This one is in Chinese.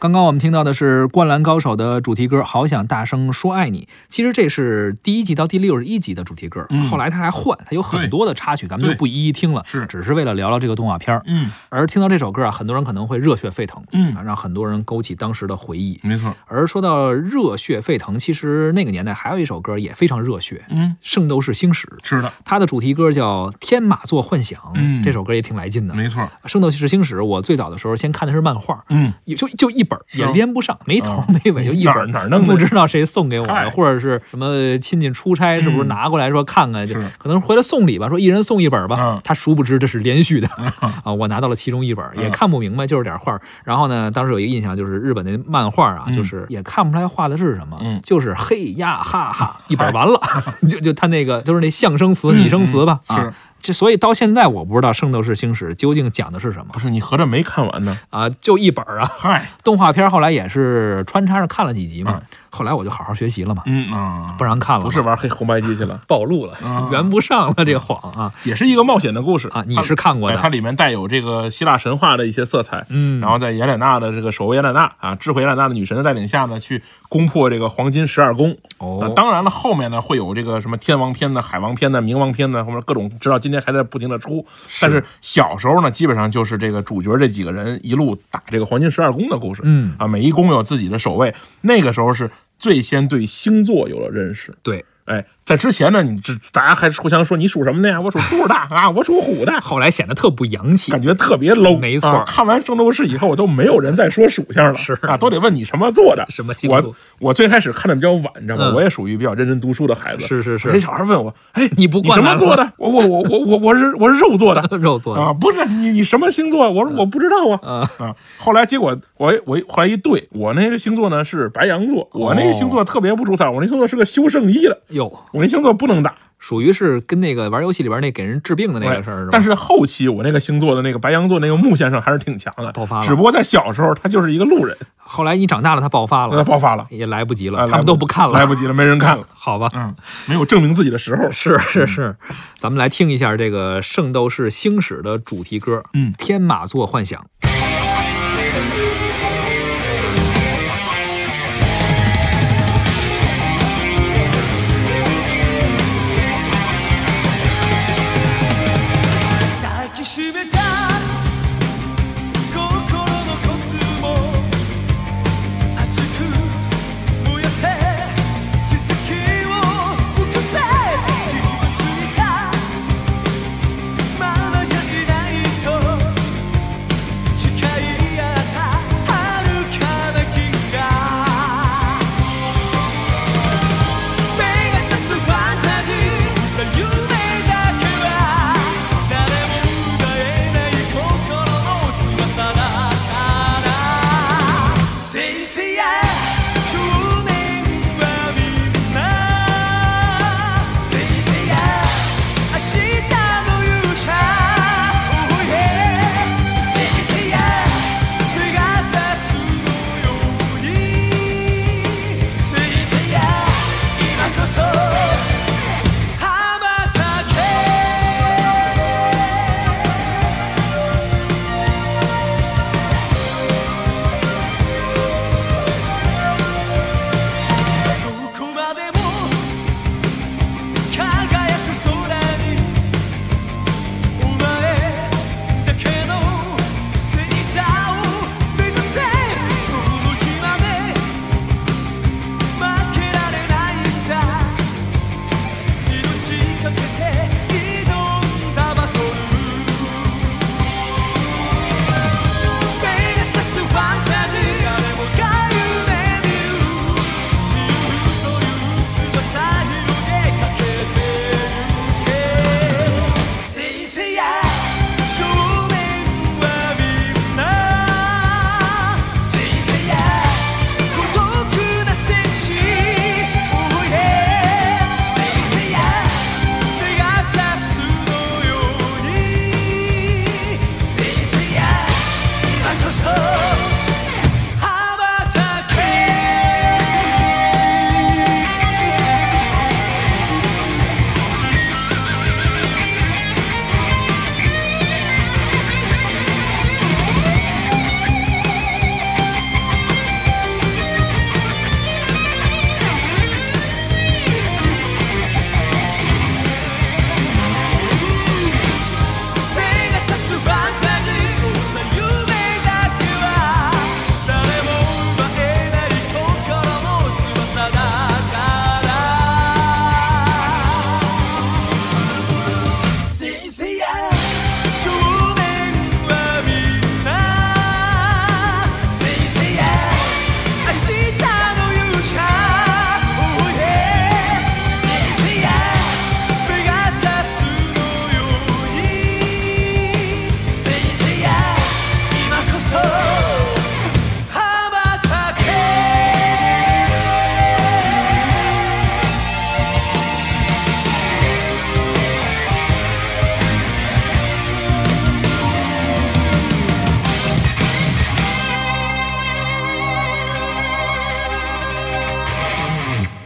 刚刚我们听到的是《灌篮高手》的主题歌《好想大声说爱你》，其实这是第一季到第六十一集的主题歌，嗯后来他还换，他有很多的插曲，咱们就对不一一听了，是只是为了聊聊这个动画片儿。嗯而听到这首歌啊，很多人可能会热血沸腾，嗯啊，让很多人勾起当时的回忆。没错，而说到热血沸腾，其实那个年代还有一首歌也非常热血，《嗯，圣斗士星矢》，是的，它的主题歌叫《天马座幻想》，嗯这首歌也挺来劲的。没错， 《圣斗士星矢》，我最早的时候先看的是漫画，嗯，也就就一本儿，是也吗连不上，没头啊没尾，就一本儿嗯哪儿哪儿弄的不知道谁送给我嗨的，或者是什么亲戚出差，是不是嗯拿过来说看看？是就可能回来送礼吧，说一人送一本儿吧嗯。他殊不知这是连续的 啊，我拿到了其中一本儿，也嗯看不明白，就是点儿画儿。然后呢，当时有一个印象就是日本的漫画啊，嗯就是也看不出来画的是什么嗯，就是嘿呀哈哈，一本儿完 了，就就他那个就是那象声词、拟声词吧嗯嗯啊是。这所以到现在我不知道《圣斗士星矢》究竟讲的是什么不是你合着没看完呢？啊，就一本儿啊。嗨，动画片后来也是穿插着看了几集嘛嗯，后来我就好好学习了嘛，嗯啊，不让看了嘛，不是玩黑红白机去 了，暴露了啊，圆不上了这谎啊也是一个冒险的故事啊！你是看过哎，它的，里面带有这个希腊神话的一些色彩，嗯然后在雅典娜的这个守卫雅典娜啊，智慧雅典娜的女神的带领下呢，去攻破这个黄金十二宫。啊哦，当然了，后面呢会有这个什么天王篇的、海王篇的、冥王篇的，后面各种，直到今天还在不停的出。但是小时候呢，基本上就是这个主角这几个人一路打这个黄金十二宫的故事。嗯啊，每一宫有自己的守卫。那个时候是最先对星座有了认识。对，哎，在之前呢，你这大家还互相说你属什么的呀？我属兔的啊，我属虎的。 后来显得特不洋气感觉特别 low。没错啊看完《圣斗士》以后，我都没有人再说属相了，是啊，都得问你什么座的。什么星座我我最开始看的比较晚，你知道吗？嗯我也属于比较认真读书的孩子。是是是那小孩问我，哎，你不你灌什么篮座吗。的？我我我我我我是我是肉做的 肉做的，啊，不是你，你什么星座？我说嗯我不知道啊啊！后来结果我我后来一对，我那个星座呢是白羊座，我那个星哦座特别不出彩，我那星座是个修圣衣的，哟，我那星座不能打。属于是跟那个玩游戏里边那给人治病的那个事儿吧，哎但是后期我那个星座的那个白羊座那个木先生还是挺强的，爆发了只不过在小时候他就是一个路人，后来你长大了，他爆发哎他了，爆发了，也来不及哎了，他们都不看来了，不及了，没人 看了。好吧。嗯，没有证明自己的时候。是是是，咱们来听一下这个《圣斗士星矢》的主题歌，嗯天马座幻想》。